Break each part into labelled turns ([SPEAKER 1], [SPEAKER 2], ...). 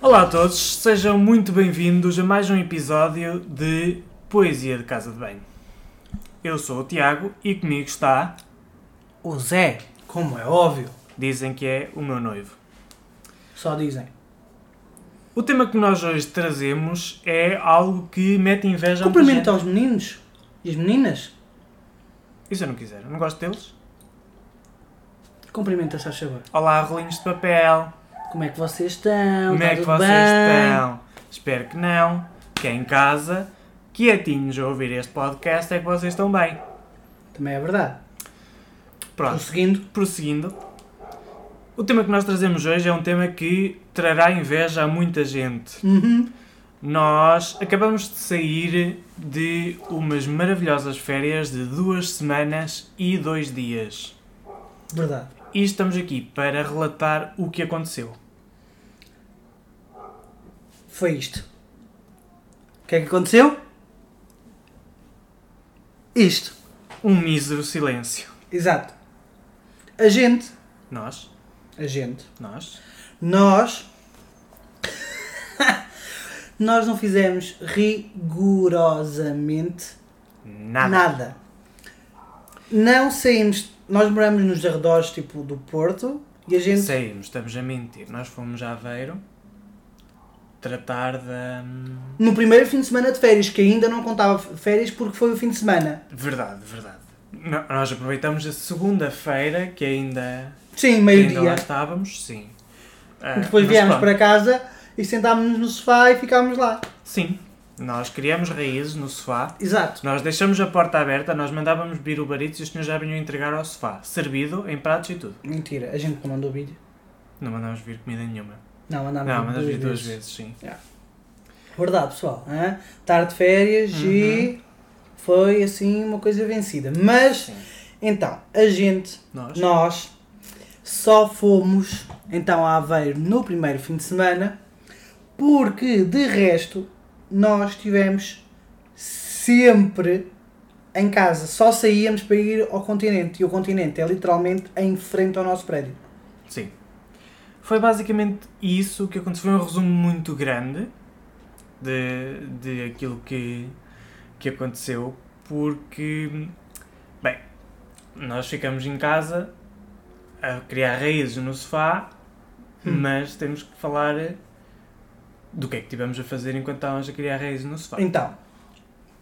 [SPEAKER 1] Olá a todos, sejam muito bem-vindos a mais um episódio de Poesia de Casa de Banho. Eu sou o Tiago e comigo está,
[SPEAKER 2] O Zé, como é óbvio,
[SPEAKER 1] dizem que é o meu noivo.
[SPEAKER 2] só dizem.
[SPEAKER 1] O tema que nós hoje trazemos é algo que mete inveja a muita gente.
[SPEAKER 2] Cumprimento aos meninos e as meninas.
[SPEAKER 1] Isso eu não quiser, eu não gosto deles.
[SPEAKER 2] Cumprimenta, se faz favor.
[SPEAKER 1] Olá, rolinhos de papel,
[SPEAKER 2] Como é que vocês estão?
[SPEAKER 1] como
[SPEAKER 2] Está
[SPEAKER 1] é que
[SPEAKER 2] tudo
[SPEAKER 1] vocês
[SPEAKER 2] bem?
[SPEAKER 1] estão? Espero que não, que em casa, quietinhos a ouvir este podcast, é que vocês estão bem.
[SPEAKER 2] Também é verdade.
[SPEAKER 1] Pronto.
[SPEAKER 2] Prosseguindo,
[SPEAKER 1] Prosseguindo, o tema que nós trazemos hoje é um tema que trará inveja a muita gente.
[SPEAKER 2] uhum,
[SPEAKER 1] Nós acabamos de sair de umas maravilhosas férias de duas semanas e dois dias.
[SPEAKER 2] verdade.
[SPEAKER 1] E estamos aqui para relatar o que aconteceu.
[SPEAKER 2] Foi isto. O que é que aconteceu? Isto.
[SPEAKER 1] Um mísero silêncio.
[SPEAKER 2] Exato. A gente.
[SPEAKER 1] Nós,
[SPEAKER 2] A gente.
[SPEAKER 1] nós,
[SPEAKER 2] Nós. nós não fizemos rigorosamente
[SPEAKER 1] nada.
[SPEAKER 2] Nada. Não saímos. Nós moramos nos arredores tipo do Porto e a gente.
[SPEAKER 1] Saímos, estamos a mentir. Nós fomos a Aveiro tratar da. hum,
[SPEAKER 2] No primeiro fim de semana de férias, que ainda não contava f- férias porque foi o fim de semana.
[SPEAKER 1] Verdade, verdade. No- Nós aproveitamos a segunda-feira, que ainda,
[SPEAKER 2] Sim,
[SPEAKER 1] que ainda lá
[SPEAKER 2] meio-dia.
[SPEAKER 1] estávamos, sim. Ah,
[SPEAKER 2] Depois
[SPEAKER 1] mas
[SPEAKER 2] viemos
[SPEAKER 1] pronto,
[SPEAKER 2] para casa e sentámos-nos no sofá e ficámos lá.
[SPEAKER 1] Sim, nós criamos raízes no sofá.
[SPEAKER 2] Exato.
[SPEAKER 1] Nós deixamos a porta aberta, nós mandávamos vir o barito e os senhores já vinham entregar ao sofá, servido, em pratos e tudo.
[SPEAKER 2] Mentira, a gente não mandou vídeo.
[SPEAKER 1] Não mandámos vir comida nenhuma.
[SPEAKER 2] Não, mandámos
[SPEAKER 1] Não, mandámos vir duas vezes, sim.
[SPEAKER 2] Verdade, pessoal. hã? Tarde de férias e foi assim uma coisa vencida. Mas,
[SPEAKER 1] Uhum. Sim.
[SPEAKER 2] então, a gente
[SPEAKER 1] Nós,
[SPEAKER 2] Nós só fomos então a Aveiro no primeiro fim de semana porque de resto nós estivemos sempre em casa, só saíamos para ir ao continente e o continente é literalmente em frente ao nosso prédio.
[SPEAKER 1] sim. Foi basicamente isso que aconteceu. Foi um resumo muito grande de, de aquilo que, que aconteceu, porque, bem, nós ficamos em casa a criar raízes no sofá, mas temos que falar do que é que tivemos a fazer enquanto estávamos a criar raízes no sofá.
[SPEAKER 2] Então,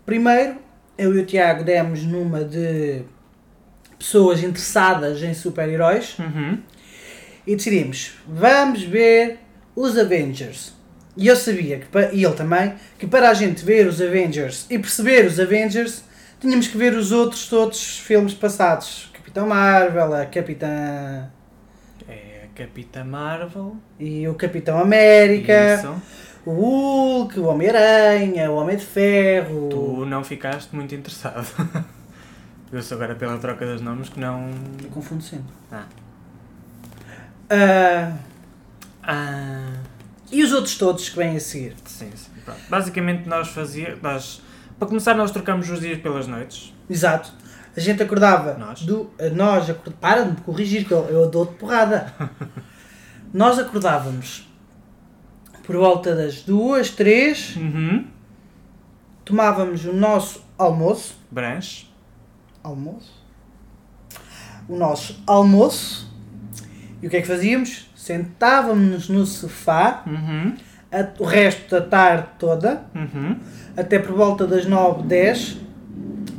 [SPEAKER 2] primeiro eu e o Tiago demos numa de pessoas interessadas em super-heróis
[SPEAKER 1] Uhum.
[SPEAKER 2] e decidimos, vamos ver os Avengers. E eu sabia, que pa- e ele também, que para a gente ver os Avengers e perceber os Avengers, tínhamos que ver os outros todos os filmes passados. Capitão Marvel, a Capitã...
[SPEAKER 1] É a Capitã Marvel,
[SPEAKER 2] E o Capitão América,
[SPEAKER 1] isso.
[SPEAKER 2] o Hulk, o Homem-Aranha, o Homem de Ferro...
[SPEAKER 1] Tu não ficaste muito interessado. Eu sou agora pela troca dos nomes que não.
[SPEAKER 2] Eu confundo sempre.
[SPEAKER 1] Ah.
[SPEAKER 2] Ah,
[SPEAKER 1] Ah.
[SPEAKER 2] e os outros todos que vêm a seguir.
[SPEAKER 1] Sim, sim. Pronto. Basicamente nós fazíamos. Nós, para começar, nós trocamos os dias pelas noites.
[SPEAKER 2] Exato. A gente acordava.
[SPEAKER 1] Nós.
[SPEAKER 2] Do, eh, nós acor- Para de me corrigir, que eu, eu dou-te porrada. nós acordávamos por volta das duas, três,
[SPEAKER 1] Uhum.
[SPEAKER 2] tomávamos o nosso almoço.
[SPEAKER 1] Branche.
[SPEAKER 2] Almoço? O nosso almoço. E o que é que fazíamos? Sentávamos-nos no sofá
[SPEAKER 1] Uhum.
[SPEAKER 2] a- o resto da tarde toda,
[SPEAKER 1] Uhum.
[SPEAKER 2] até por volta das nove, dez,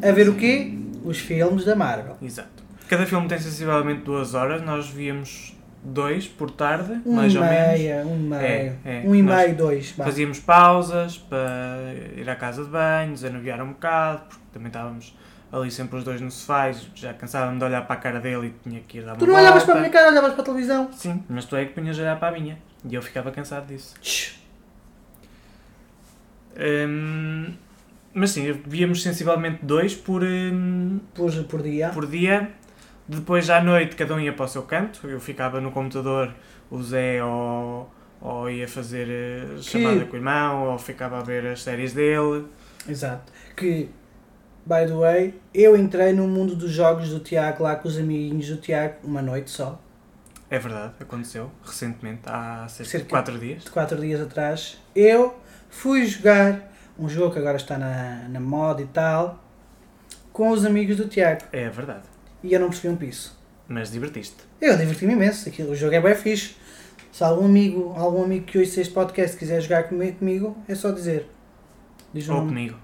[SPEAKER 2] a ver o quê? Os filmes da Marvel.
[SPEAKER 1] Exato. Cada filme tem sensivelmente duas horas. Nós víamos dois por tarde,
[SPEAKER 2] Um
[SPEAKER 1] mais
[SPEAKER 2] e
[SPEAKER 1] ou menos.
[SPEAKER 2] meia, um e meio.
[SPEAKER 1] É, é,
[SPEAKER 2] um e
[SPEAKER 1] nós
[SPEAKER 2] meio, dois. vá.
[SPEAKER 1] Fazíamos pausas para ir à casa de banho, desanuviar um bocado, porque também estávamos ali sempre os dois no sofá e já cansávamos de olhar para a cara dele e tinha que ir dar uma
[SPEAKER 2] Tu não
[SPEAKER 1] volta.
[SPEAKER 2] olhavas para a minha cara, olhavas para a televisão.
[SPEAKER 1] Sim, mas tu é que punhas a olhar para a minha. E eu ficava cansado disso.
[SPEAKER 2] Tch,
[SPEAKER 1] Hum, mas sim, víamos sensivelmente dois por, hum,
[SPEAKER 2] Por, por dia.
[SPEAKER 1] por dia. Depois à noite cada um ia para o seu canto. Eu ficava no computador, o Zé ou, ou ia fazer eh, chamada com o irmão, ou ficava a ver as séries dele.
[SPEAKER 2] Exato. Que, by the way, eu entrei no mundo dos jogos do Tiago lá com os amiguinhos do Tiago uma noite só.
[SPEAKER 1] É verdade, aconteceu recentemente, há cerca,
[SPEAKER 2] Cerca.
[SPEAKER 1] de 4 dias.
[SPEAKER 2] de 4 dias atrás, eu fui jogar um jogo que agora está na, na moda e tal, com os amigos do Tiago.
[SPEAKER 1] É verdade,
[SPEAKER 2] E eu não percebi um piso.
[SPEAKER 1] mas divertiste.
[SPEAKER 2] Eu diverti-me imenso, aquilo, o jogo é bem fixe. Se algum amigo, algum amigo que ouça este podcast quiser jogar comi- comigo, é só dizer. Diz o
[SPEAKER 1] Ou
[SPEAKER 2] nome,
[SPEAKER 1] comigo.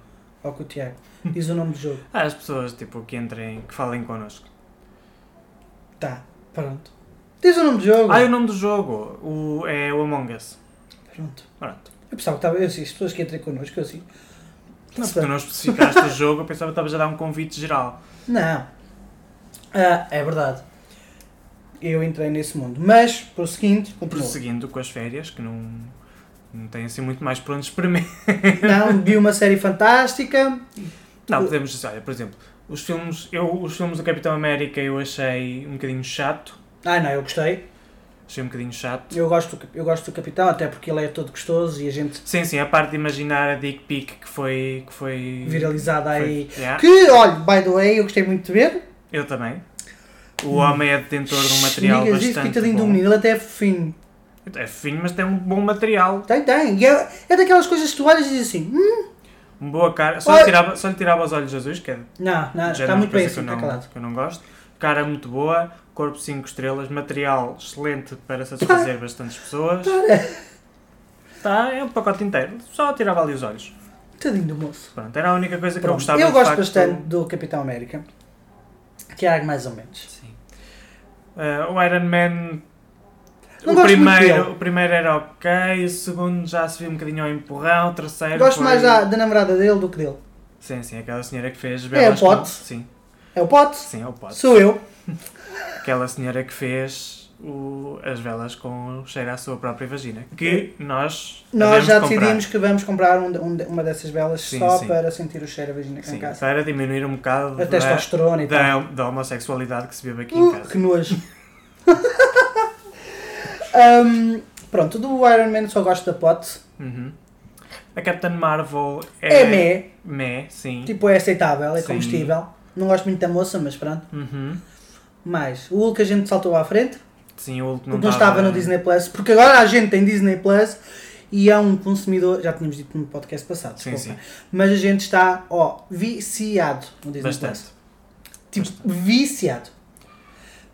[SPEAKER 2] ou com o Tiago. Diz o nome do jogo.
[SPEAKER 1] Há as pessoas tipo, que entrem, que falem connosco.
[SPEAKER 2] Tá, pronto. Diz o nome do jogo.
[SPEAKER 1] Ah, e o nome do jogo o, é o Among Us.
[SPEAKER 2] Pronto.
[SPEAKER 1] Pronto.
[SPEAKER 2] Eu pensava que estava, eu sei, as pessoas que entrem connosco, eu assim.
[SPEAKER 1] Não,
[SPEAKER 2] Se
[SPEAKER 1] porque
[SPEAKER 2] bem.
[SPEAKER 1] não especificaste o jogo, eu pensava que estavas a dar um convite geral.
[SPEAKER 2] Não. Ah, é verdade. Eu entrei nesse mundo. Mas, prosseguindo, continua.
[SPEAKER 1] Prosseguindo com as férias, que não, não tem assim muito mais por onde experimentar.
[SPEAKER 2] Não, Então, vi uma série fantástica.
[SPEAKER 1] Não, podemos dizer, olha, por exemplo, os filmes, eu, os filmes do Capitão América eu achei um bocadinho chato.
[SPEAKER 2] Ah, não, eu gostei.
[SPEAKER 1] Achei um bocadinho chato.
[SPEAKER 2] Eu gosto, do- eu gosto do Capitão, até porque ele é todo gostoso e a gente
[SPEAKER 1] Sim, sim, a parte de imaginar a dick pic que foi... Que foi
[SPEAKER 2] viralizada
[SPEAKER 1] foi-
[SPEAKER 2] aí.
[SPEAKER 1] Yeah,
[SPEAKER 2] Que, olha, by the way, eu gostei muito de ver.
[SPEAKER 1] eu também. O homem é detentor de um material
[SPEAKER 2] Digas Hum. isso,
[SPEAKER 1] bastante
[SPEAKER 2] coitadinho do
[SPEAKER 1] bom.
[SPEAKER 2] menino, ele até é fofinho.
[SPEAKER 1] É fino, mas tem um bom material.
[SPEAKER 2] Tem, tem. E é, é daquelas coisas que tu olhas e dizes assim, hum,
[SPEAKER 1] Uma boa cara. Só lhe,
[SPEAKER 2] Olha-
[SPEAKER 1] tirava, só lhe tirava os olhos azuis, que é
[SPEAKER 2] não, não,
[SPEAKER 1] já não
[SPEAKER 2] está
[SPEAKER 1] é uma
[SPEAKER 2] muito bem
[SPEAKER 1] coisa que
[SPEAKER 2] assim,
[SPEAKER 1] eu,
[SPEAKER 2] está
[SPEAKER 1] não,
[SPEAKER 2] calado.
[SPEAKER 1] que eu não gosto. Cara muito boa, corpo 5 estrelas, material excelente para satisfazer bastantes pessoas. Tá, é um pacote inteiro. Só tirava ali os olhos.
[SPEAKER 2] Tadinho do moço.
[SPEAKER 1] Pronto, era a única coisa que eu
[SPEAKER 2] Pronto,
[SPEAKER 1] gostava de
[SPEAKER 2] gosto
[SPEAKER 1] facto.
[SPEAKER 2] bastante do Capitão América. Tiago, mais ou menos.
[SPEAKER 1] Sim. Ah, o Iron Man.
[SPEAKER 2] Não
[SPEAKER 1] o,
[SPEAKER 2] gosto muito
[SPEAKER 1] primeiro,
[SPEAKER 2] dele.
[SPEAKER 1] o primeiro era ok, o segundo já se viu um bocadinho ao empurrão, o terceiro.
[SPEAKER 2] Gosto
[SPEAKER 1] foi-
[SPEAKER 2] mais da, da namorada dele do que dele.
[SPEAKER 1] Sim, sim, aquela senhora que fez.
[SPEAKER 2] É, o
[SPEAKER 1] Belas Col-
[SPEAKER 2] Pote.
[SPEAKER 1] Sim,
[SPEAKER 2] É o Pote,
[SPEAKER 1] sim, é o Pote.
[SPEAKER 2] sou eu.
[SPEAKER 1] Aquela senhora que fez o- as velas com o cheiro à sua própria vagina. Que nós.
[SPEAKER 2] Nós
[SPEAKER 1] devemos
[SPEAKER 2] já
[SPEAKER 1] comprar.
[SPEAKER 2] decidimos que vamos comprar um de- um de- uma dessas velas
[SPEAKER 1] Sim,
[SPEAKER 2] só
[SPEAKER 1] sim.
[SPEAKER 2] para sentir o cheiro a vagina cá
[SPEAKER 1] Sim,
[SPEAKER 2] em casa.
[SPEAKER 1] para diminuir um bocado da,
[SPEAKER 2] A testosterona e tal.
[SPEAKER 1] da, da homossexualidade que se vive aqui em
[SPEAKER 2] Uh,
[SPEAKER 1] casa.
[SPEAKER 2] que nojo. Hum, pronto, do Iron Man só gosto da Pote.
[SPEAKER 1] Uhum. A Captain Marvel é.
[SPEAKER 2] É, meh,
[SPEAKER 1] Meh, sim.
[SPEAKER 2] tipo é aceitável, é
[SPEAKER 1] Sim.
[SPEAKER 2] comestível. Não gosto muito da moça, mas pronto.
[SPEAKER 1] Uhum.
[SPEAKER 2] Mais, o Hulk a gente saltou à frente.
[SPEAKER 1] Sim, o Hulk não,
[SPEAKER 2] Porque não estava no Disney Plus, porque agora a gente tem Disney Plus e é um consumidor, já tínhamos dito no podcast passado,
[SPEAKER 1] Sim,
[SPEAKER 2] desculpa,
[SPEAKER 1] sim.
[SPEAKER 2] mas a gente está, ó, viciado no Disney
[SPEAKER 1] Bastante.
[SPEAKER 2] Plus. então. Tipo, viciado.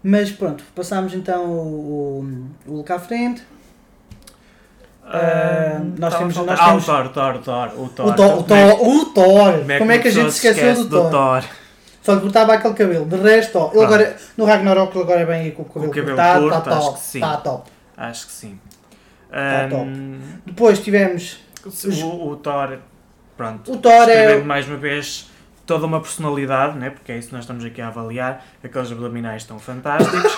[SPEAKER 2] Mas pronto, passámos então o, o, o look à frente. Ah,
[SPEAKER 1] Ah,
[SPEAKER 2] nós
[SPEAKER 1] estava
[SPEAKER 2] temos-
[SPEAKER 1] a faltar-
[SPEAKER 2] nós
[SPEAKER 1] ah,
[SPEAKER 2] temos-
[SPEAKER 1] o Thor, Thor, Thor. O Thor.
[SPEAKER 2] o Thor, o
[SPEAKER 1] Como é
[SPEAKER 2] Thor, o Thor.
[SPEAKER 1] que-
[SPEAKER 2] Como é que a
[SPEAKER 1] pessoa
[SPEAKER 2] gente
[SPEAKER 1] se
[SPEAKER 2] se esqueceu do Thor? Só lhe cortava aquele cabelo, de resto, ó, ele
[SPEAKER 1] Pronto.
[SPEAKER 2] agora, no Ragnarok ele agora é bem aí com o cabelo,
[SPEAKER 1] cabelo
[SPEAKER 2] cortado, está
[SPEAKER 1] curto, acho que
[SPEAKER 2] top,
[SPEAKER 1] sim.
[SPEAKER 2] está top.
[SPEAKER 1] Acho que sim.
[SPEAKER 2] Tá
[SPEAKER 1] Ahm,
[SPEAKER 2] Depois tivemos
[SPEAKER 1] se- o, o Thor, pronto,
[SPEAKER 2] o Thor, é,
[SPEAKER 1] escrevendo mais uma vez toda uma personalidade, né? porque é isso que nós estamos aqui a avaliar. Aqueles abdominais estão fantásticos.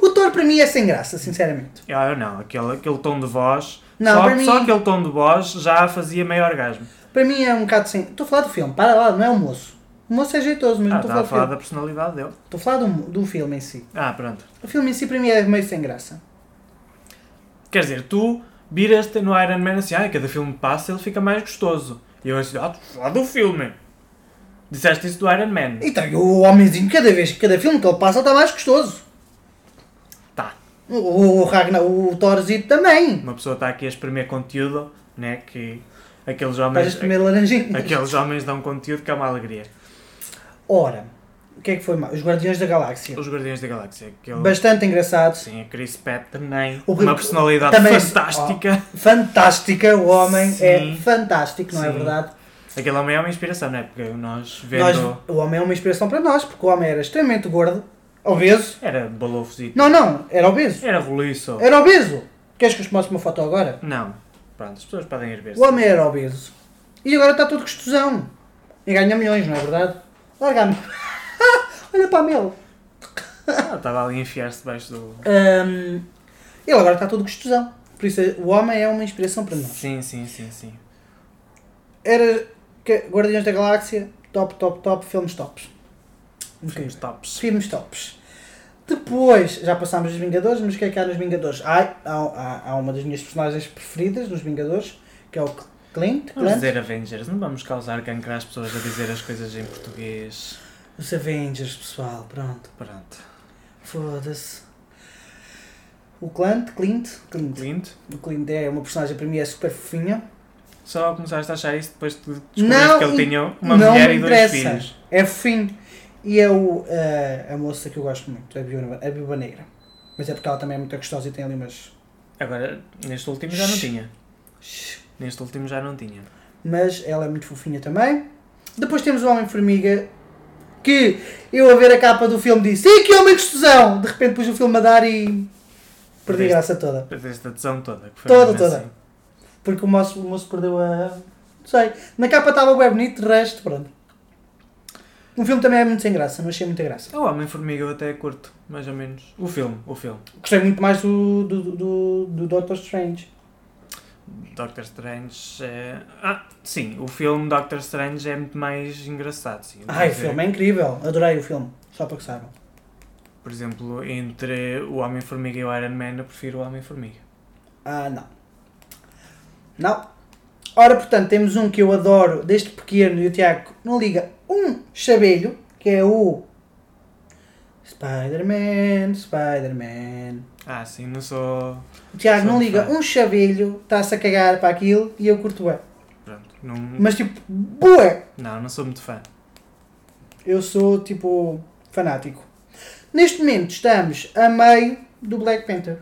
[SPEAKER 2] O Thor para mim é sem graça, sinceramente.
[SPEAKER 1] ah, eu não, aquele, aquele tom de voz.
[SPEAKER 2] Não,
[SPEAKER 1] só,
[SPEAKER 2] para mim-
[SPEAKER 1] só aquele tom de voz já a fazia meio orgasmo.
[SPEAKER 2] Para mim é um bocado sem. Estou a falar do filme, para lá, não é o moço. O moço é jeitoso, mas
[SPEAKER 1] Ah,
[SPEAKER 2] não estou
[SPEAKER 1] estava
[SPEAKER 2] a
[SPEAKER 1] a falar
[SPEAKER 2] falar do
[SPEAKER 1] da
[SPEAKER 2] filme.
[SPEAKER 1] personalidade dele.
[SPEAKER 2] Estou a falar do, do filme em si.
[SPEAKER 1] Ah, pronto.
[SPEAKER 2] O filme em si para mim é meio sem graça.
[SPEAKER 1] Quer dizer, tu viras-te no Iron Man assim, ah, cada filme que passa ele fica mais gostoso. E eu assim, ah, tu falar do filme. Disseste isso do Iron Man.
[SPEAKER 2] Então, e o homenzinho, cada vez, cada filme que ele passa, está mais gostoso.
[SPEAKER 1] Tá.
[SPEAKER 2] O, o, Ragnar, o Thorzito também.
[SPEAKER 1] Uma pessoa está aqui a exprimir conteúdo, né? Que aqueles
[SPEAKER 2] Mas as
[SPEAKER 1] homens,
[SPEAKER 2] primeiras laranjinhas.
[SPEAKER 1] aqueles homens dão conteúdo que é uma alegria.
[SPEAKER 2] Ora, o que é que foi mais? Os Guardiões da Galáxia.
[SPEAKER 1] Os Guardiões da Galáxia, aquele.
[SPEAKER 2] Bastante engraçados.
[SPEAKER 1] Sim, a Chris Pratt também.
[SPEAKER 2] O-
[SPEAKER 1] uma personalidade
[SPEAKER 2] também-
[SPEAKER 1] fantástica.
[SPEAKER 2] Fantástica, o homem é
[SPEAKER 1] Sim.
[SPEAKER 2] fantástico, não é
[SPEAKER 1] Sim.
[SPEAKER 2] verdade?
[SPEAKER 1] Aquele homem é uma inspiração, né? Porque nós vendo.
[SPEAKER 2] Nós, o homem é uma inspiração para nós, porque o homem era extremamente gordo, obeso.
[SPEAKER 1] Era balofosito.
[SPEAKER 2] Não, não, era obeso.
[SPEAKER 1] Era roliço.
[SPEAKER 2] Era obeso. Queres que eu te mostre uma foto agora?
[SPEAKER 1] Não. Pronto, as pessoas podem ir ver.
[SPEAKER 2] O homem era obeso. E agora está todo gostosão. E ganha milhões, não é verdade? Larga-me. Olha para a Mel.
[SPEAKER 1] Ah, Estava ali a enfiar-se debaixo do.
[SPEAKER 2] Hum, ele agora está todo gostosão. Por isso, o homem é uma inspiração para nós.
[SPEAKER 1] Sim, sim, sim, sim.
[SPEAKER 2] Era que- Guardiões da Galáxia, top, top, top, filmes tops.
[SPEAKER 1] Filmes
[SPEAKER 2] Incrível.
[SPEAKER 1] tops.
[SPEAKER 2] Filmes tops. Depois, já passámos os Vingadores, mas o que é que há nos Vingadores? Ai, há, há, há uma das minhas personagens preferidas nos Vingadores, que é o Clint.
[SPEAKER 1] Vamos
[SPEAKER 2] Clint.
[SPEAKER 1] dizer Avengers, não vamos causar cancro às pessoas a dizer as coisas em português.
[SPEAKER 2] Os Avengers, pessoal, pronto.
[SPEAKER 1] Pronto.
[SPEAKER 2] Foda-se. O Clint, Clint, Clint.
[SPEAKER 1] Clint.
[SPEAKER 2] O Clint é uma personagem para mim é super fofinha.
[SPEAKER 1] Só começaste a achar isso depois de descobriste
[SPEAKER 2] Não,
[SPEAKER 1] que ele
[SPEAKER 2] e-
[SPEAKER 1] tinha uma
[SPEAKER 2] não
[SPEAKER 1] mulher
[SPEAKER 2] me
[SPEAKER 1] e dois
[SPEAKER 2] interessa.
[SPEAKER 1] filhos.
[SPEAKER 2] É fofinho. E é o, eh, a moça que eu gosto muito, a Biba, a Biba Negra. Mas é porque ela também é muito gostosa e tem ali umas.
[SPEAKER 1] Agora, neste último já não
[SPEAKER 2] Shhh.
[SPEAKER 1] tinha. Neste último já não tinha.
[SPEAKER 2] Mas ela é muito fofinha também. Depois temos o Homem-Formiga. Que eu a ver a capa do filme disse: Ih, que homem gostosão! De repente pus o filme a dar e. Perdi a
[SPEAKER 1] Perdeste.
[SPEAKER 2] graça toda.
[SPEAKER 1] Desta adesão toda. que foi
[SPEAKER 2] Toda,
[SPEAKER 1] mesmo
[SPEAKER 2] toda.
[SPEAKER 1] assim.
[SPEAKER 2] Porque o moço, o moço perdeu a. Não sei. Na capa estava bem bonito, de resto, pronto. O filme também é muito sem graça, mas achei muita graça.
[SPEAKER 1] É O Homem-Formiga eu até curto, mais ou menos. O filme, o filme.
[SPEAKER 2] Gostei muito mais do, do, do, do Doctor Strange.
[SPEAKER 1] Doctor Strange é... Ah, sim, o filme Doctor Strange é muito mais engraçado, sim.
[SPEAKER 2] Ai, o filme é incrível. Adorei o filme. Só para que saibam.
[SPEAKER 1] Por exemplo, entre o Homem-Formiga e o Iron Man, eu prefiro o Homem-Formiga.
[SPEAKER 2] Ah, não. Não. Ora, portanto, temos um que eu adoro desde pequeno e o Tiago não liga. Um chabelho, que é o. Spider-Man, Spider-Man.
[SPEAKER 1] Ah, sim, não sou...
[SPEAKER 2] O Tiago
[SPEAKER 1] Sou
[SPEAKER 2] não
[SPEAKER 1] um
[SPEAKER 2] liga
[SPEAKER 1] fã.
[SPEAKER 2] um chavelho, está-se a cagar para aquilo e eu curto bem.
[SPEAKER 1] Pronto, não,
[SPEAKER 2] Mas tipo, bué!
[SPEAKER 1] não, não sou muito fã.
[SPEAKER 2] Eu sou tipo fanático. Neste momento estamos a meio do Black Panther.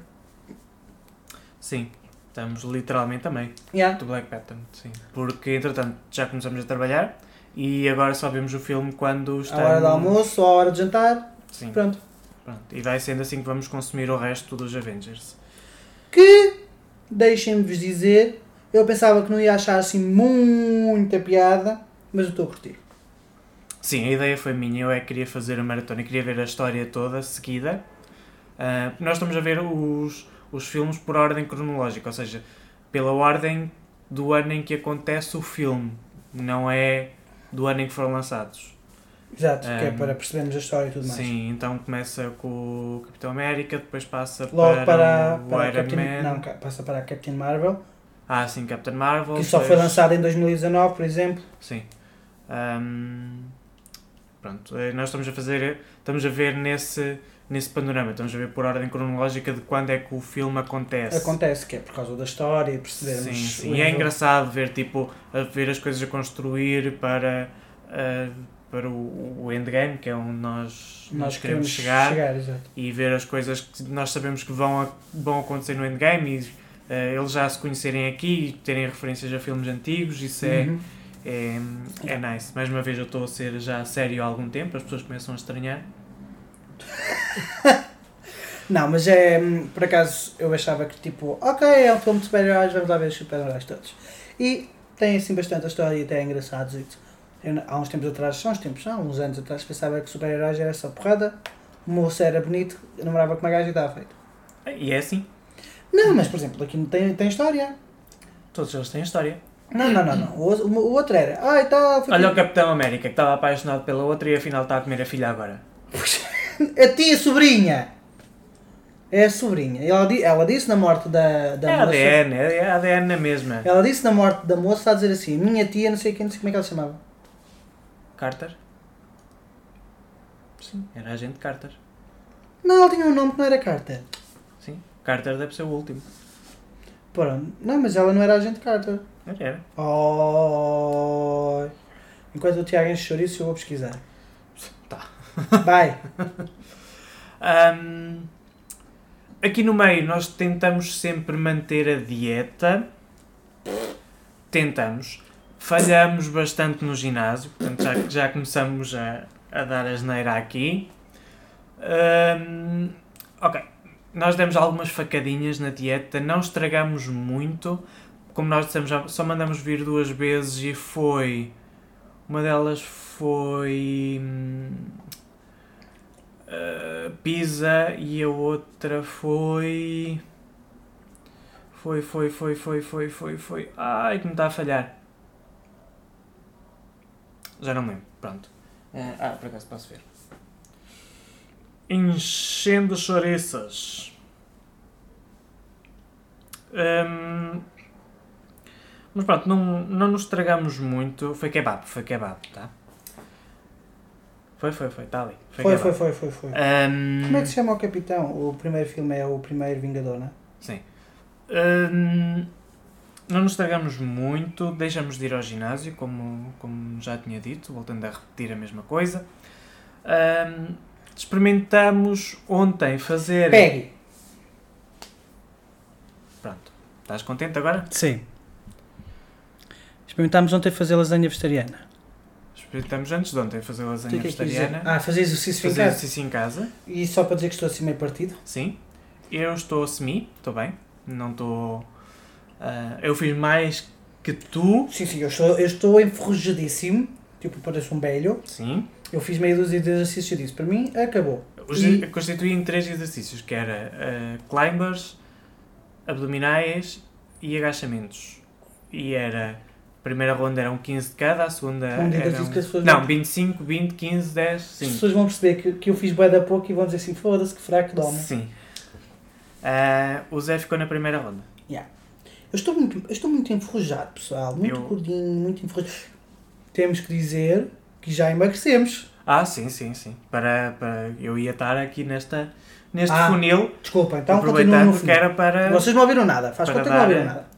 [SPEAKER 1] Sim, estamos literalmente a meio
[SPEAKER 2] Yeah.
[SPEAKER 1] do Black Panther, sim. Porque, entretanto, já começamos a trabalhar e agora só vemos o filme quando
[SPEAKER 2] À
[SPEAKER 1] está...
[SPEAKER 2] hora do almoço, à hora de jantar,
[SPEAKER 1] Sim, pronto.
[SPEAKER 2] pronto.
[SPEAKER 1] E vai sendo assim que vamos consumir o resto dos Avengers.
[SPEAKER 2] Que, deixem-me-vos dizer, eu pensava que não ia achar assim muita piada, mas eu estou a curtir.
[SPEAKER 1] Sim, a ideia foi minha. Eu é que queria fazer a maratona, eu queria ver a história toda seguida. Ah, nós estamos a ver os, os filmes por ordem cronológica, ou seja, pela ordem do ano em que acontece o filme, não é do ano em que foram lançados.
[SPEAKER 2] Exato, que é
[SPEAKER 1] Um,
[SPEAKER 2] para percebermos a história e tudo mais.
[SPEAKER 1] Sim, então começa com o Capitão América, depois passa
[SPEAKER 2] Logo para,
[SPEAKER 1] para,
[SPEAKER 2] para
[SPEAKER 1] o
[SPEAKER 2] a
[SPEAKER 1] Iron
[SPEAKER 2] Captain,
[SPEAKER 1] Man.
[SPEAKER 2] não, ca- passa para a Captain Marvel,
[SPEAKER 1] Ah, sim, Captain Marvel.
[SPEAKER 2] que só foi
[SPEAKER 1] depois-
[SPEAKER 2] lançada em 2019, por exemplo.
[SPEAKER 1] Sim. Ahm, pronto, eh, nós estamos a fazer, estamos a ver nesse, nesse panorama, estamos a ver por ordem cronológica de quando é que o filme acontece.
[SPEAKER 2] Acontece que é por causa da história e percebermos.
[SPEAKER 1] Sim, sim.
[SPEAKER 2] o
[SPEAKER 1] E é
[SPEAKER 2] enredo.
[SPEAKER 1] engraçado ver, tipo, a ver as coisas a construir para, ah, para o, o endgame, que é onde nós, nós queremos chegar,
[SPEAKER 2] exato.
[SPEAKER 1] e ver as coisas que nós sabemos que vão, a- vão acontecer no endgame e ah, eles já se conhecerem aqui e terem referências a filmes antigos, isso é,
[SPEAKER 2] Uhum.
[SPEAKER 1] é, é nice. Mais uma vez, eu estou a ser já sério há algum tempo, as pessoas começam a estranhar.
[SPEAKER 2] Não, mas é. hum, Por acaso eu achava que tipo, ok, é um filme de super-heróis, vamos lá ver os super-heróis todos. E tem assim bastante a história e até é engraçado. gente. Eu, não- há uns tempos atrás, só uns tempos, não, uns anos atrás, pensava que super-heróis era só porrada, o moço era bonito, namorava com uma gaja e estava feito.
[SPEAKER 1] E é assim,
[SPEAKER 2] Não, mas por exemplo, aqui não tem, tem história.
[SPEAKER 1] todos eles têm história.
[SPEAKER 2] Não, não, não, não. O, outro- o outro era, ai tal, foi
[SPEAKER 1] Olha o
[SPEAKER 2] tipo-
[SPEAKER 1] Capitão América, que estava apaixonado pela outra e afinal está a comer a filha agora.
[SPEAKER 2] a tia sobrinha. É a sobrinha. Ela, di- ela disse na morte da, da
[SPEAKER 1] é
[SPEAKER 2] moça.
[SPEAKER 1] ADN, é ADN na mesma.
[SPEAKER 2] Ela disse na morte da moça, está a dizer assim, minha tia, não sei quem, não sei como é que ela se chamava.
[SPEAKER 1] Carter? Sim, era a gente Carter.
[SPEAKER 2] Não, ela tinha um nome que não era Carter.
[SPEAKER 1] Sim, Carter deve ser o último.
[SPEAKER 2] Pronto. Não, mas ela não era agente Carter.
[SPEAKER 1] Era, era.
[SPEAKER 2] Oh. Enquanto o Tiago enche chouriço, eu vou pesquisar.
[SPEAKER 1] Tá.
[SPEAKER 2] Vai.
[SPEAKER 1] Ahm, aqui no meio nós tentamos sempre manter a dieta. Tentamos. Falhamos bastante no ginásio, portanto já, já começamos a, a dar a geneira aqui. Ahm, ok. Nós demos algumas facadinhas na dieta, não estragamos muito. Como nós dissemos, já só mandamos vir duas vezes e foi. Uma delas foi. hum, Uh, Pisa e a outra foi. Foi, foi, foi, foi, foi, foi, foi. Ai, que me está a falhar. Já não me lembro, pronto. Eh, ah, por acaso posso ver. Enchendo chouriças. Hum, mas pronto, não, não nos estragamos muito. Foi kebab, foi kebab, tá? Foi, foi, foi, está ali.
[SPEAKER 2] Foi,
[SPEAKER 1] gravado.
[SPEAKER 2] foi, foi, foi, foi.
[SPEAKER 1] Hum. Ahm,
[SPEAKER 2] Como é que se chama o Capitão? O primeiro filme é o Primeiro Vingador, não é?
[SPEAKER 1] Sim. Ahm, não nos estragamos muito, deixamos de ir ao ginásio, como, como já tinha dito, voltando a repetir a mesma coisa. Ahm, experimentamos ontem fazer.
[SPEAKER 2] Peggy.
[SPEAKER 1] Pronto. Estás contente agora?
[SPEAKER 2] Sim. Experimentámos ontem fazer lasanha vegetariana.
[SPEAKER 1] Experimentamos antes de ontem fazer
[SPEAKER 2] O que
[SPEAKER 1] lasanha
[SPEAKER 2] é que é que
[SPEAKER 1] vegetariana.
[SPEAKER 2] dizer? Ah, fazer exercício em
[SPEAKER 1] fazer
[SPEAKER 2] casa.
[SPEAKER 1] exercício em casa.
[SPEAKER 2] E só para dizer que estou assim meio partido.
[SPEAKER 1] Sim. Eu estou semi, estou bem. Não estou. ah, eu fiz mais que tu.
[SPEAKER 2] Sim, sim, eu estou, eu estou enferrujadíssimo. Tipo, pareço um velho.
[SPEAKER 1] Sim.
[SPEAKER 2] Eu fiz meia dúzia de exercícios e disse, para mim, acabou.
[SPEAKER 1] Os
[SPEAKER 2] E-
[SPEAKER 1] Constituíam três exercícios, que era eh, climbers, abdominais e agachamentos. E era... A primeira ronda eram 15 de cada, a segunda
[SPEAKER 2] Não
[SPEAKER 1] eram-
[SPEAKER 2] digas isso Um que as pessoas
[SPEAKER 1] Não,
[SPEAKER 2] não-
[SPEAKER 1] 25, 20, 15, 10,
[SPEAKER 2] As
[SPEAKER 1] 5.
[SPEAKER 2] pessoas vão perceber que, que eu fiz bué da pouco e vão dizer assim, foda-se, que fraco de homem.
[SPEAKER 1] Sim. Ah, o Zé ficou na primeira ronda.
[SPEAKER 2] Eu estou muito, eu estou muito enferrujado, pessoal. Muito
[SPEAKER 1] Eu-
[SPEAKER 2] gordinho, muito enferrujado. Temos que dizer que já emagrecemos.
[SPEAKER 1] Ah, sim, sim, sim. Para, para... Eu ia estar aqui nesta, neste
[SPEAKER 2] Ah,
[SPEAKER 1] funil,
[SPEAKER 2] Desculpa, então continuo no
[SPEAKER 1] aproveitando que
[SPEAKER 2] final.
[SPEAKER 1] era para...
[SPEAKER 2] Vocês não ouviram nada. Faz
[SPEAKER 1] Para
[SPEAKER 2] conta que não
[SPEAKER 1] dar- eh,
[SPEAKER 2] ouviram nada.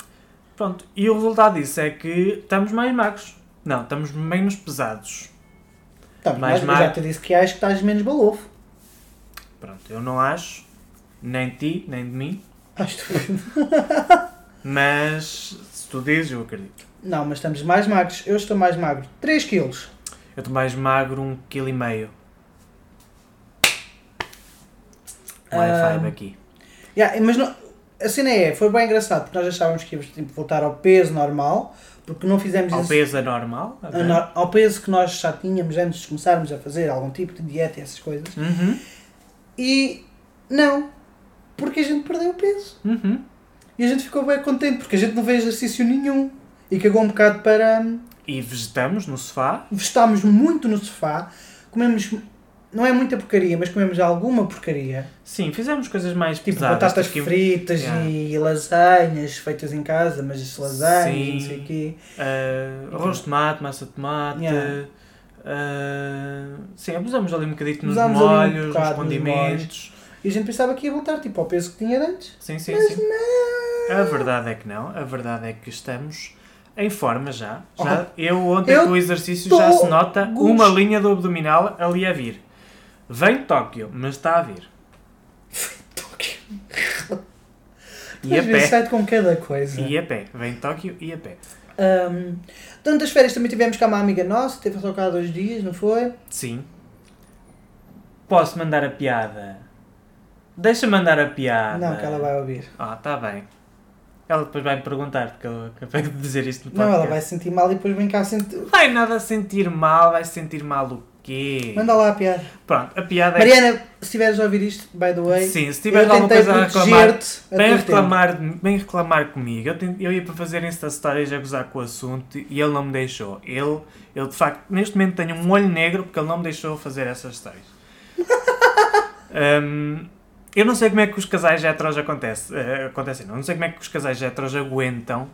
[SPEAKER 1] Pronto, e o resultado disso é que estamos mais magros. Não, estamos menos pesados.
[SPEAKER 2] Então,
[SPEAKER 1] mais
[SPEAKER 2] mas eu
[SPEAKER 1] mar-
[SPEAKER 2] já te disse que acho que estás menos balofo.
[SPEAKER 1] Pronto, eu não acho, nem de ti, nem de mim,
[SPEAKER 2] Acho que...
[SPEAKER 1] mas se tu dizes, eu acredito.
[SPEAKER 2] Não, mas estamos mais magros. Eu estou mais magro. 3 quilos.
[SPEAKER 1] Eu estou mais magro, um quilo e meio. Um high five
[SPEAKER 2] Ah,
[SPEAKER 1] aqui.
[SPEAKER 2] Yeah, mas não, a cena é, foi bem engraçado, porque nós achávamos que íamos tipo, voltar ao peso normal, porque não fizemos
[SPEAKER 1] Ao
[SPEAKER 2] esse-
[SPEAKER 1] peso anormal.
[SPEAKER 2] a
[SPEAKER 1] ok?
[SPEAKER 2] no- ao peso que nós já tínhamos antes de começarmos a fazer algum tipo de dieta e essas coisas.
[SPEAKER 1] Uhum,
[SPEAKER 2] E não, porque a gente perdeu o peso.
[SPEAKER 1] uhum.
[SPEAKER 2] E a gente ficou bem contente, porque a gente não fez exercício nenhum. E cagou um bocado para... hum,
[SPEAKER 1] E vegetamos no sofá.
[SPEAKER 2] Vestámos muito no sofá, comemos... Não é muita porcaria, mas comemos alguma porcaria.
[SPEAKER 1] Sim, fizemos coisas mais
[SPEAKER 2] Tipo
[SPEAKER 1] pesadas.
[SPEAKER 2] batatas
[SPEAKER 1] porque,
[SPEAKER 2] fritas
[SPEAKER 1] Yeah.
[SPEAKER 2] e lasanhas feitas em casa, mas lasanhas e não
[SPEAKER 1] Sim.
[SPEAKER 2] sei o quê.
[SPEAKER 1] ah, arroz de tomate, massa de tomate.
[SPEAKER 2] Yeah.
[SPEAKER 1] ah, sim, abusamos ali um bocadito nos
[SPEAKER 2] Usámos ali um
[SPEAKER 1] molhos, nos
[SPEAKER 2] bocado nos
[SPEAKER 1] condimentos.
[SPEAKER 2] E a gente pensava que ia voltar tipo, ao peso que tinha de antes.
[SPEAKER 1] Sim, sim,
[SPEAKER 2] Mas
[SPEAKER 1] sim.
[SPEAKER 2] não!
[SPEAKER 1] A verdade é que não, a verdade é que estamos em forma já. já eu ontem
[SPEAKER 2] Oh, eu
[SPEAKER 1] com o exercício
[SPEAKER 2] tô
[SPEAKER 1] já se nota
[SPEAKER 2] gost-
[SPEAKER 1] uma linha do abdominal ali a vir. Vem Tóquio, mas está a vir. E a
[SPEAKER 2] Às vezes é.
[SPEAKER 1] pé.
[SPEAKER 2] sai com cada coisa.
[SPEAKER 1] E a pé. Vem Tóquio e a pé.
[SPEAKER 2] Ahm, durante as férias também tivemos cá uma amiga nossa, teve só cá dois dias, não foi?
[SPEAKER 1] Sim. Posso mandar a piada? Deixa mandar a piada.
[SPEAKER 2] não, que ela vai ouvir.
[SPEAKER 1] Ah, está bem. Ela depois vai me perguntar, porque eu acabei de dizer isto no
[SPEAKER 2] Não,
[SPEAKER 1] podcast.
[SPEAKER 2] ela vai se sentir mal e depois vem cá sentir.
[SPEAKER 1] Vai nada sentir mal, vai sentir mal o quê?
[SPEAKER 2] Manda lá a piada.
[SPEAKER 1] Pronto, a piada é
[SPEAKER 2] Mariana, se estiveres a ouvir isto, by the way,
[SPEAKER 1] Sim, se
[SPEAKER 2] eu
[SPEAKER 1] tiveres alguma
[SPEAKER 2] tentei
[SPEAKER 1] coisa a reclamar,
[SPEAKER 2] proteger-te a
[SPEAKER 1] vem
[SPEAKER 2] teu
[SPEAKER 1] reclamar, vem reclamar comigo. Eu, tent- eu ia para fazer Insta Stories a gozar com o assunto e ele não me deixou. Ele, ele de facto, neste momento tenho um olho negro porque ele não me deixou fazer essas stories. Hum, eu não sei como é que os casais heteros acontece, eh, acontecem, não. Eu não sei como é que os casais heteros aguentam,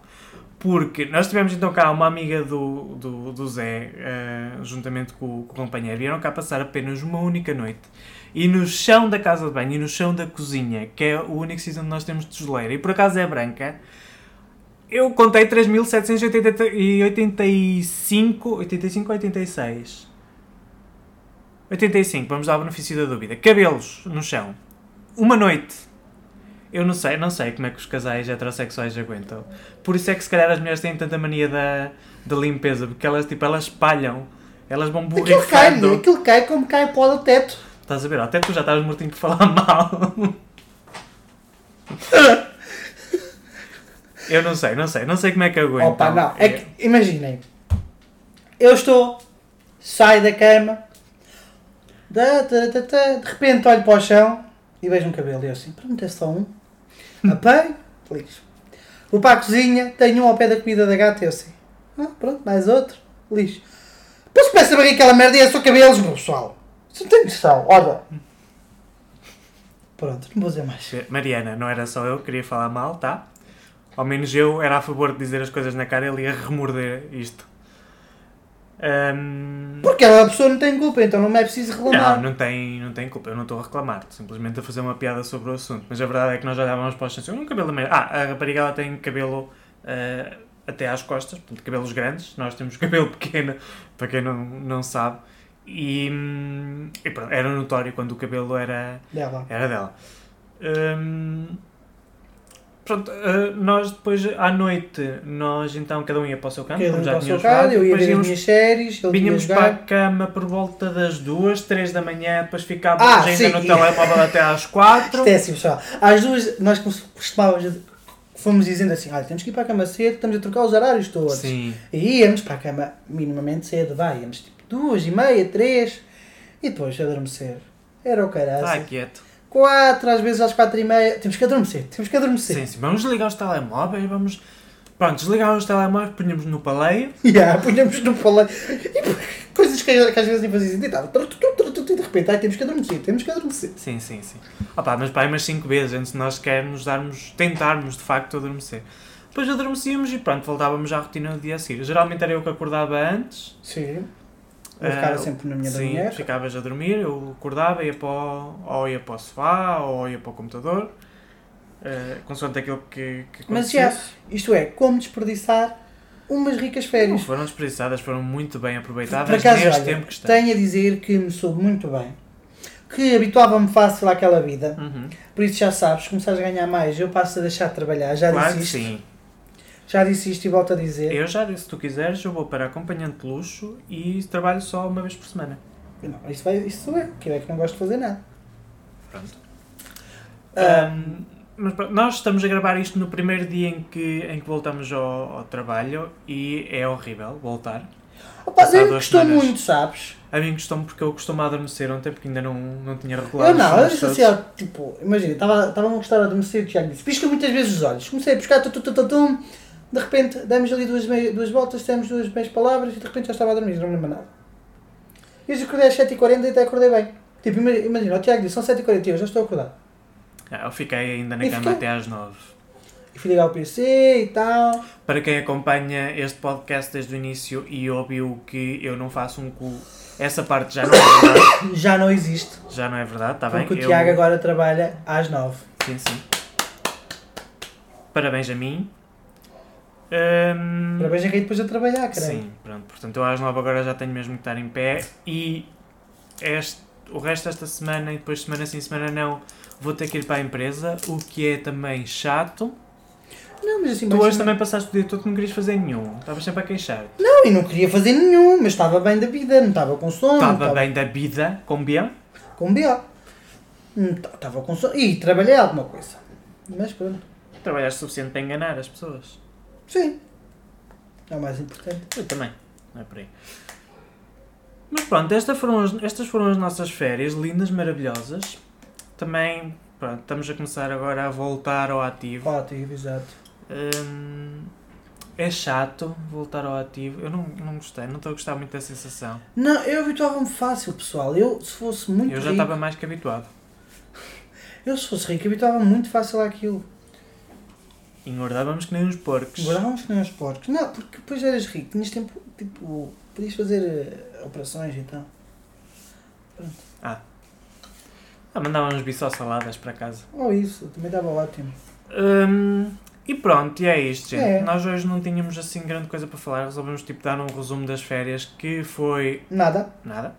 [SPEAKER 1] porque nós tivemos então cá uma amiga do, do, do Zé, eh, juntamente com, o- com o companheiro, vieram cá passar apenas uma única noite. E no chão da casa de banho e no chão da cozinha, que é o único sítio onde nós temos de geleira, e por acaso é branca, eu contei 3.785, 85 ou 86? 85, vamos dar o benefício da dúvida. Cabelos no chão. Uma noite. Eu não sei, não sei como é que os casais heterossexuais aguentam. Por isso é que se calhar as mulheres têm tanta mania da, da limpeza, porque elas, tipo, elas espalham, elas vão
[SPEAKER 2] tempo. Aquilo cai,
[SPEAKER 1] borrifando.
[SPEAKER 2] né? aquilo cai como cai pó do teto.
[SPEAKER 1] Estás a ver? Até tu já estás mortinho por falar mal. Eu não sei, não sei, não sei como é que aguento.
[SPEAKER 2] Opa, não. É que, imaginem. Eu estou, saio da cama, da- da- da- da- de repente olho para o chão e vejo um cabelo. E eu assim, pronto, é só um.
[SPEAKER 1] Hum.
[SPEAKER 2] Apanho, lixo. Vou para a cozinha, tenho um ao pé da comida da gata. E eu assim, ah, pronto, mais outro, lixo. Depois começa a ver aquela merda e é só cabelos, meu pessoal. Você não tem noção, olha. Pronto, não vou dizer mais.
[SPEAKER 1] É. Mariana, não era só eu que queria falar mal, tá? Ao menos eu era a favor de dizer as coisas na cara, ele ia remorder isto. Ahm,
[SPEAKER 2] Porque ela a pessoa não tem culpa, então não é preciso reclamar.
[SPEAKER 1] não, não tem, não tem culpa. Eu não estou a reclamar. Estou simplesmente a fazer uma piada sobre o assunto. Mas a verdade é que nós olhávamos para os chances. Um cabelo meio. Ah, a rapariga ela tem cabelo ah, até às costas, portanto, cabelos grandes. Nós temos cabelo pequeno, para quem não, não sabe. E, hum, e pronto, era notório quando o cabelo era,
[SPEAKER 2] Dela.
[SPEAKER 1] era dela. Hum, pronto, ah, nós depois, à noite, nós então cada um ia para o seu canto.
[SPEAKER 2] Cada
[SPEAKER 1] como
[SPEAKER 2] um
[SPEAKER 1] já
[SPEAKER 2] para o seu
[SPEAKER 1] tínhamos
[SPEAKER 2] carro,
[SPEAKER 1] falado,
[SPEAKER 2] eu ia
[SPEAKER 1] depois
[SPEAKER 2] ver as
[SPEAKER 1] íamos
[SPEAKER 2] minhas séries, ele vinha
[SPEAKER 1] Vinhamos para a
[SPEAKER 2] jogar.
[SPEAKER 1] cama por volta das duas, três da manhã, depois ficávamos
[SPEAKER 2] Ah,
[SPEAKER 1] ainda
[SPEAKER 2] sim.
[SPEAKER 1] no telemóvel até às quatro.
[SPEAKER 2] Isto é assim, pessoal. Às duas, nós costumávamos, fomos dizendo assim, olha, temos que ir para a cama cedo, estamos a trocar os horários todos.
[SPEAKER 1] Sim,
[SPEAKER 2] E íamos para a cama minimamente cedo, vai, íamos tipo duas e meia, três, e depois adormecer. Era o caralho.
[SPEAKER 1] está Tá quieto.
[SPEAKER 2] Quatro, às vezes às quatro e meia, temos que adormecer, temos que adormecer.
[SPEAKER 1] Sim, sim. Vamos desligar os telemóveis, vamos. Pronto, desligávamos os telemóveis, punhamos no paleio.
[SPEAKER 2] Yeah, punhamos no palé. E pô, coisas que, que às vezes tipo nem fazia sentido. Tava tru, tru, tru, tru, tru, E de repente, ai, temos que adormecer, temos que adormecer.
[SPEAKER 1] Sim, sim, sim. Opa, mas pai, umas cinco vezes antes de nós queremos darmos, tentarmos de facto adormecer. Depois adormecíamos e pronto, voltávamos à rotina do dia a seguir. Geralmente era eu que acordava antes.
[SPEAKER 2] Sim.
[SPEAKER 1] Ah,
[SPEAKER 2] Eu ficava sempre na minha
[SPEAKER 1] Sim,
[SPEAKER 2] dorminheira.
[SPEAKER 1] ficavas a dormir, eu acordava, ia para o, ou ia para o sofá, ou ia para o computador, eh, consoante aquilo que, que
[SPEAKER 2] Mas já,
[SPEAKER 1] acontecesse.
[SPEAKER 2] isto é, como desperdiçar umas ricas
[SPEAKER 1] Não
[SPEAKER 2] férias.
[SPEAKER 1] foram desperdiçadas, foram muito bem aproveitadas
[SPEAKER 2] Por acaso,
[SPEAKER 1] neste
[SPEAKER 2] olha,
[SPEAKER 1] tempo que está.
[SPEAKER 2] tenho a dizer que me soube muito bem. Que habituava-me fácil àquela vida.
[SPEAKER 1] Uhum.
[SPEAKER 2] Por isso já sabes, começares a ganhar mais, eu passo a deixar de trabalhar. Já
[SPEAKER 1] Claro
[SPEAKER 2] disse
[SPEAKER 1] que
[SPEAKER 2] isto.
[SPEAKER 1] sim.
[SPEAKER 2] Já disse isto e volto a dizer.
[SPEAKER 1] Eu já disse, se tu quiseres, eu vou para acompanhante de luxo e trabalho só uma vez por semana.
[SPEAKER 2] Não, isso, vai, isso sou eu, que eu é que não gosto de fazer nada.
[SPEAKER 1] Pronto.
[SPEAKER 2] Ah,
[SPEAKER 1] Ahm, mas pronto, nós estamos a gravar isto no primeiro dia em que, em que voltamos ao, ao trabalho e é horrível voltar.
[SPEAKER 2] opa,
[SPEAKER 1] passado
[SPEAKER 2] eu
[SPEAKER 1] duas
[SPEAKER 2] gostou
[SPEAKER 1] semanas.
[SPEAKER 2] muito, sabes?
[SPEAKER 1] A mim costumo porque eu costumo adormecer ontem porque ainda não, não tinha regulado.
[SPEAKER 2] Eu não, eu
[SPEAKER 1] os
[SPEAKER 2] disse
[SPEAKER 1] sonos
[SPEAKER 2] assim,
[SPEAKER 1] todos.
[SPEAKER 2] ó, tipo, imagina, estava num restaurante adormecido, Tiago disse, pisca muitas vezes os olhos, comecei a piscar, tu, tu, tu, tu, tum, de repente demos ali duas, mei- duas voltas, demos duas meias palavras e de repente já estava a dormir, não me lembro nada. E eu acordei às 7h40 e até acordei bem. Tipo, ima- imagina, o Tiago disse, são 7h40 e um, eu já estou a acordar.
[SPEAKER 1] Ah, Eu fiquei ainda na
[SPEAKER 2] E
[SPEAKER 1] cama
[SPEAKER 2] fiquei.
[SPEAKER 1] até às nove.
[SPEAKER 2] E fui ligar o PC e tal.
[SPEAKER 1] Para quem acompanha este podcast desde o início e ouviu que eu não faço um cu, essa parte já não é verdade.
[SPEAKER 2] Já não existe,
[SPEAKER 1] já não é verdade, está bem?
[SPEAKER 2] porque o
[SPEAKER 1] Eu-
[SPEAKER 2] Tiago agora trabalha às 9
[SPEAKER 1] Sim, sim. Parabéns a mim. Hum, Ahm,
[SPEAKER 2] Parabéns a quem depois a trabalhar, caralho.
[SPEAKER 1] Sim, pronto. Portanto, eu às 9 agora já tenho mesmo que estar em pé e este, o resto desta semana e depois semana sim, semana não, vou ter que ir para a empresa, o que é também chato.
[SPEAKER 2] Não, mas assim,
[SPEAKER 1] Tu
[SPEAKER 2] mas-
[SPEAKER 1] hoje também passaste o dia todo que não querias fazer nenhum. Estavas sempre a queixar.
[SPEAKER 2] Não, e não queria fazer nenhum, mas estava bem da vida, não estava com sono. não
[SPEAKER 1] Estava
[SPEAKER 2] estava-
[SPEAKER 1] bem da vida, com um bem.
[SPEAKER 2] com B.O. Estava tá, com sono. E trabalhei alguma coisa. Mas pronto.
[SPEAKER 1] Trabalhaste o suficiente para enganar as pessoas.
[SPEAKER 2] Sim. É o mais importante.
[SPEAKER 1] Eu também. Não é por aí. Mas pronto, esta foram as- estas foram as nossas férias, lindas, maravilhosas. Também, pronto, estamos a começar agora a voltar ao ativo.
[SPEAKER 2] Ótimo, exato.
[SPEAKER 1] Hum, é chato voltar ao ativo. Eu não, não gostei, não estou a gostar muito da sensação.
[SPEAKER 2] Não, eu habituava-me fácil, pessoal. Eu, se fosse É muito
[SPEAKER 1] eu já
[SPEAKER 2] rico...
[SPEAKER 1] estava mais que habituado.
[SPEAKER 2] Eu, se fosse rico, habituava-me muito fácil àquilo.
[SPEAKER 1] Engordávamos que nem uns porcos.
[SPEAKER 2] Guardávamos que nem os porcos. Não, porque depois eras rico. Tinhas tempo, tipo... Podias fazer eh, operações e tal.
[SPEAKER 1] Ah, mandávamos bicho saladas para casa.
[SPEAKER 2] Ou isso. Também estava ótimo.
[SPEAKER 1] Hum, e pronto, e é isto, gente.
[SPEAKER 2] É.
[SPEAKER 1] Nós hoje não tínhamos assim grande coisa para falar. Resolvemos tipo dar um resumo das férias que foi
[SPEAKER 2] Nada.
[SPEAKER 1] nada.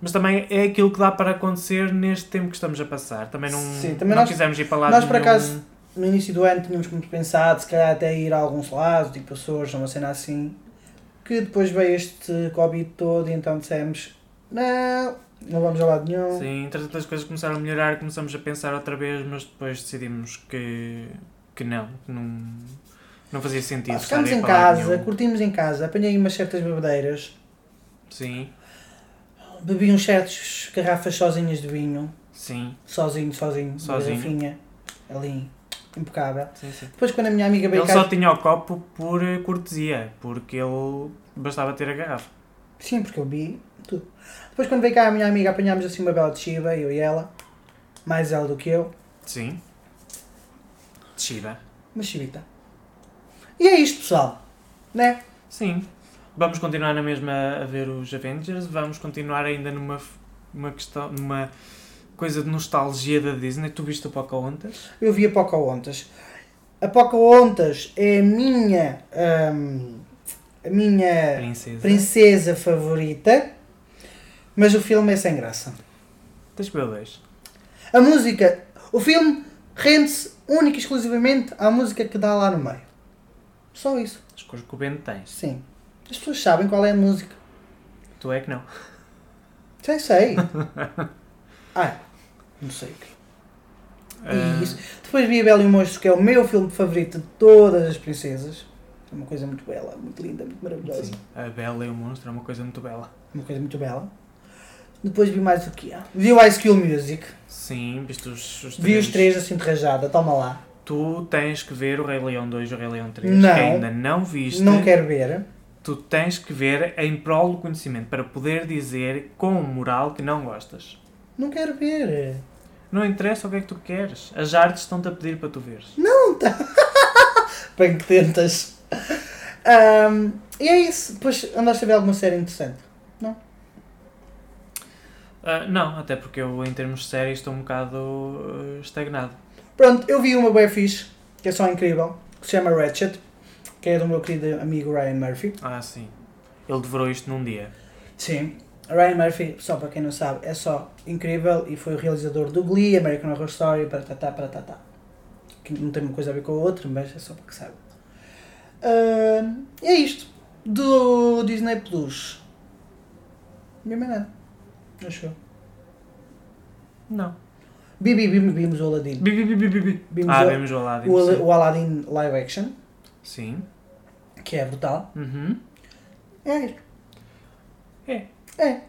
[SPEAKER 1] Mas também é aquilo que dá para acontecer neste tempo que estamos a passar. Também não,
[SPEAKER 2] Sim, também
[SPEAKER 1] não
[SPEAKER 2] nós-
[SPEAKER 1] quisemos ir para lá
[SPEAKER 2] nós, por acaso, No início do ano tínhamos muito pensado, se calhar até ir a alguns lados, tipo Açores, uma cena assim. Que depois veio este Covid todo e então dissemos, não, não vamos a lado nenhum.
[SPEAKER 1] Sim, entretanto as coisas começaram a melhorar, começamos a pensar outra vez, mas depois decidimos que, que não, que não, não fazia sentido.
[SPEAKER 2] Ah,
[SPEAKER 1] estar
[SPEAKER 2] ficámos
[SPEAKER 1] aí
[SPEAKER 2] em
[SPEAKER 1] para lado
[SPEAKER 2] casa,
[SPEAKER 1] nenhum.
[SPEAKER 2] curtimos em casa, apanhei umas certas bebedeiras,
[SPEAKER 1] Sim,
[SPEAKER 2] bebi uns certos garrafas sozinhas de vinho,
[SPEAKER 1] sim,
[SPEAKER 2] sozinho, sozinho, uma
[SPEAKER 1] Sozinho.
[SPEAKER 2] garrafinha, ali, impecável.
[SPEAKER 1] sim, sim.
[SPEAKER 2] Depois quando a minha amiga veio
[SPEAKER 1] Ele
[SPEAKER 2] cá,
[SPEAKER 1] só tinha o copo por eh, cortesia, porque ele bastava ter a garrafa.
[SPEAKER 2] sim, porque eu bebi tudo. Depois quando veio cá a minha amiga apanhámos assim uma bela de Shiba, eu e ela, mais ela do que eu.
[SPEAKER 1] Sim. De Shiba.
[SPEAKER 2] Uma chivita. E é isto, pessoal. Né?
[SPEAKER 1] Sim. Vamos continuar na mesma a ver os Avengers, vamos continuar ainda numa, f- uma questão, numa coisa de nostalgia da Disney. Tu viste o Pocahontas?
[SPEAKER 2] Eu vi a Pocahontas. A Pocahontas é a minha, hum, a minha
[SPEAKER 1] Princesa.
[SPEAKER 2] princesa favorita, mas o filme é sem graça.
[SPEAKER 1] Tens que ver o dois.
[SPEAKER 2] A música, o filme rende-se única e exclusivamente à música que dá lá no meio. Só isso.
[SPEAKER 1] As coisas que o Bento tens.
[SPEAKER 2] Sim. As pessoas sabem qual é a música.
[SPEAKER 1] Tu é que não.
[SPEAKER 2] Sei, sei. ah, não sei. é.
[SPEAKER 1] Ah,
[SPEAKER 2] E isso. Depois vi a Bela e o Monstro, que é o meu filme favorito de todas as princesas. É uma coisa muito bela, muito linda, muito maravilhosa.
[SPEAKER 1] Sim, a Bela e o Monstro é uma coisa muito bela.
[SPEAKER 2] Uma coisa muito bela. Depois vi mais o que há. Vi o High School Music.
[SPEAKER 1] Sim, viste os, os
[SPEAKER 2] Vi os três assim de rajada, toma lá.
[SPEAKER 1] Tu tens que ver o Rei Leão 2 e o Rei Leão 3,
[SPEAKER 2] Não.
[SPEAKER 1] que ainda não viste.
[SPEAKER 2] Não quero ver.
[SPEAKER 1] Tu tens que ver em prol do conhecimento, para poder dizer com moral que não gostas.
[SPEAKER 2] Não quero ver.
[SPEAKER 1] Não interessa o que é que tu queres. As artes estão-te a pedir para tu veres.
[SPEAKER 2] Bem que tentas. Ahm, e é isso. Depois andaste a ver alguma série interessante.
[SPEAKER 1] Ah, não, até porque eu, em termos de série, estou um bocado ah, estagnado.
[SPEAKER 2] Pronto, eu vi uma bem fixe, que é só incrível, que se chama Ratchet, que é do meu querido amigo Ryan Murphy.
[SPEAKER 1] Ah, sim. Ele devorou isto num dia.
[SPEAKER 2] Sim. Ryan Murphy, só para quem não sabe, é só incrível e foi o realizador do Glee, American Horror Story, tá, paratá, paratá. Que não tem uma coisa a ver com a outra, mas é só para que saiba. Ahm, e é isto. Do Disney Plus. Não vi mais nada. Acho eu.
[SPEAKER 1] Não.
[SPEAKER 2] Bibi, bibi, vimos o Aladdin.
[SPEAKER 1] Bi, bi, bi, bi, bi, bi.
[SPEAKER 2] Vimos
[SPEAKER 1] Ah,
[SPEAKER 2] o-
[SPEAKER 1] vemos o Aladdin.
[SPEAKER 2] O, Al-
[SPEAKER 1] sim.
[SPEAKER 2] o Aladdin live action,
[SPEAKER 1] Sim.
[SPEAKER 2] que é brutal.
[SPEAKER 1] Uhum.
[SPEAKER 2] É isto.
[SPEAKER 1] É.
[SPEAKER 2] É.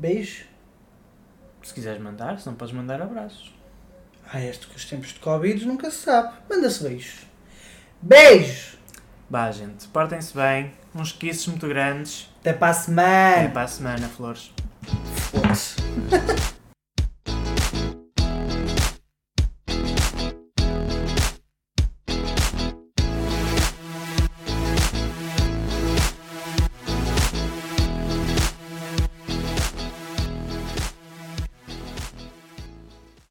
[SPEAKER 2] Beijo.
[SPEAKER 1] Se quiseres mandar, se não podes mandar abraços.
[SPEAKER 2] Ah, este com os tempos de Covid nunca se sabe. Manda-se beijos. Beijo!
[SPEAKER 1] Bah, gente, portem-se bem. Uns kisses muito grandes.
[SPEAKER 2] Até para a
[SPEAKER 1] Até
[SPEAKER 2] semana.
[SPEAKER 1] para a semana, flores.
[SPEAKER 2] Foda-se.